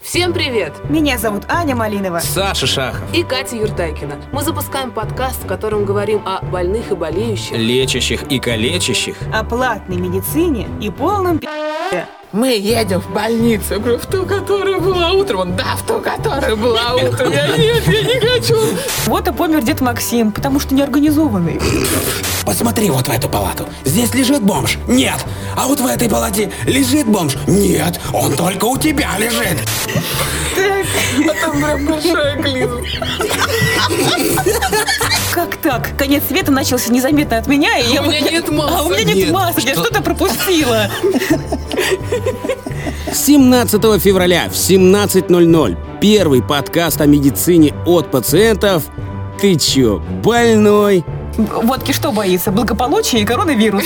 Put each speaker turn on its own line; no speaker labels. Всем привет!
Меня зовут Аня Малинова.
Саша Шахов.
И Катя Юртайкина. Мы запускаем подкаст, в котором говорим о больных и болеющих.
Лечащих и калечащих.
О платной медицине и полном пи***.
Мы едем в больницу. Я говорю, в ту, которая была утром. Он, да, в ту, которая была утром. Я нет, я не хочу.
Вот и помер дед Максим, потому что неорганизованный.
Посмотри вот в эту палату. Здесь лежит бомж? Нет. А вот в этой палате лежит бомж? Нет. Он только у тебя лежит.
А там прям большая клизма.
Как так? Конец света начался незаметно от меня, и я...
У меня
я-
нет масла.
А у меня нет,
Нет,
масла, я что-то пропустила.
17 февраля в 17.00. Первый подкаст о медицине от пациентов. Ты чё, больной?
Водки что боится? Благополучие и коронавирус.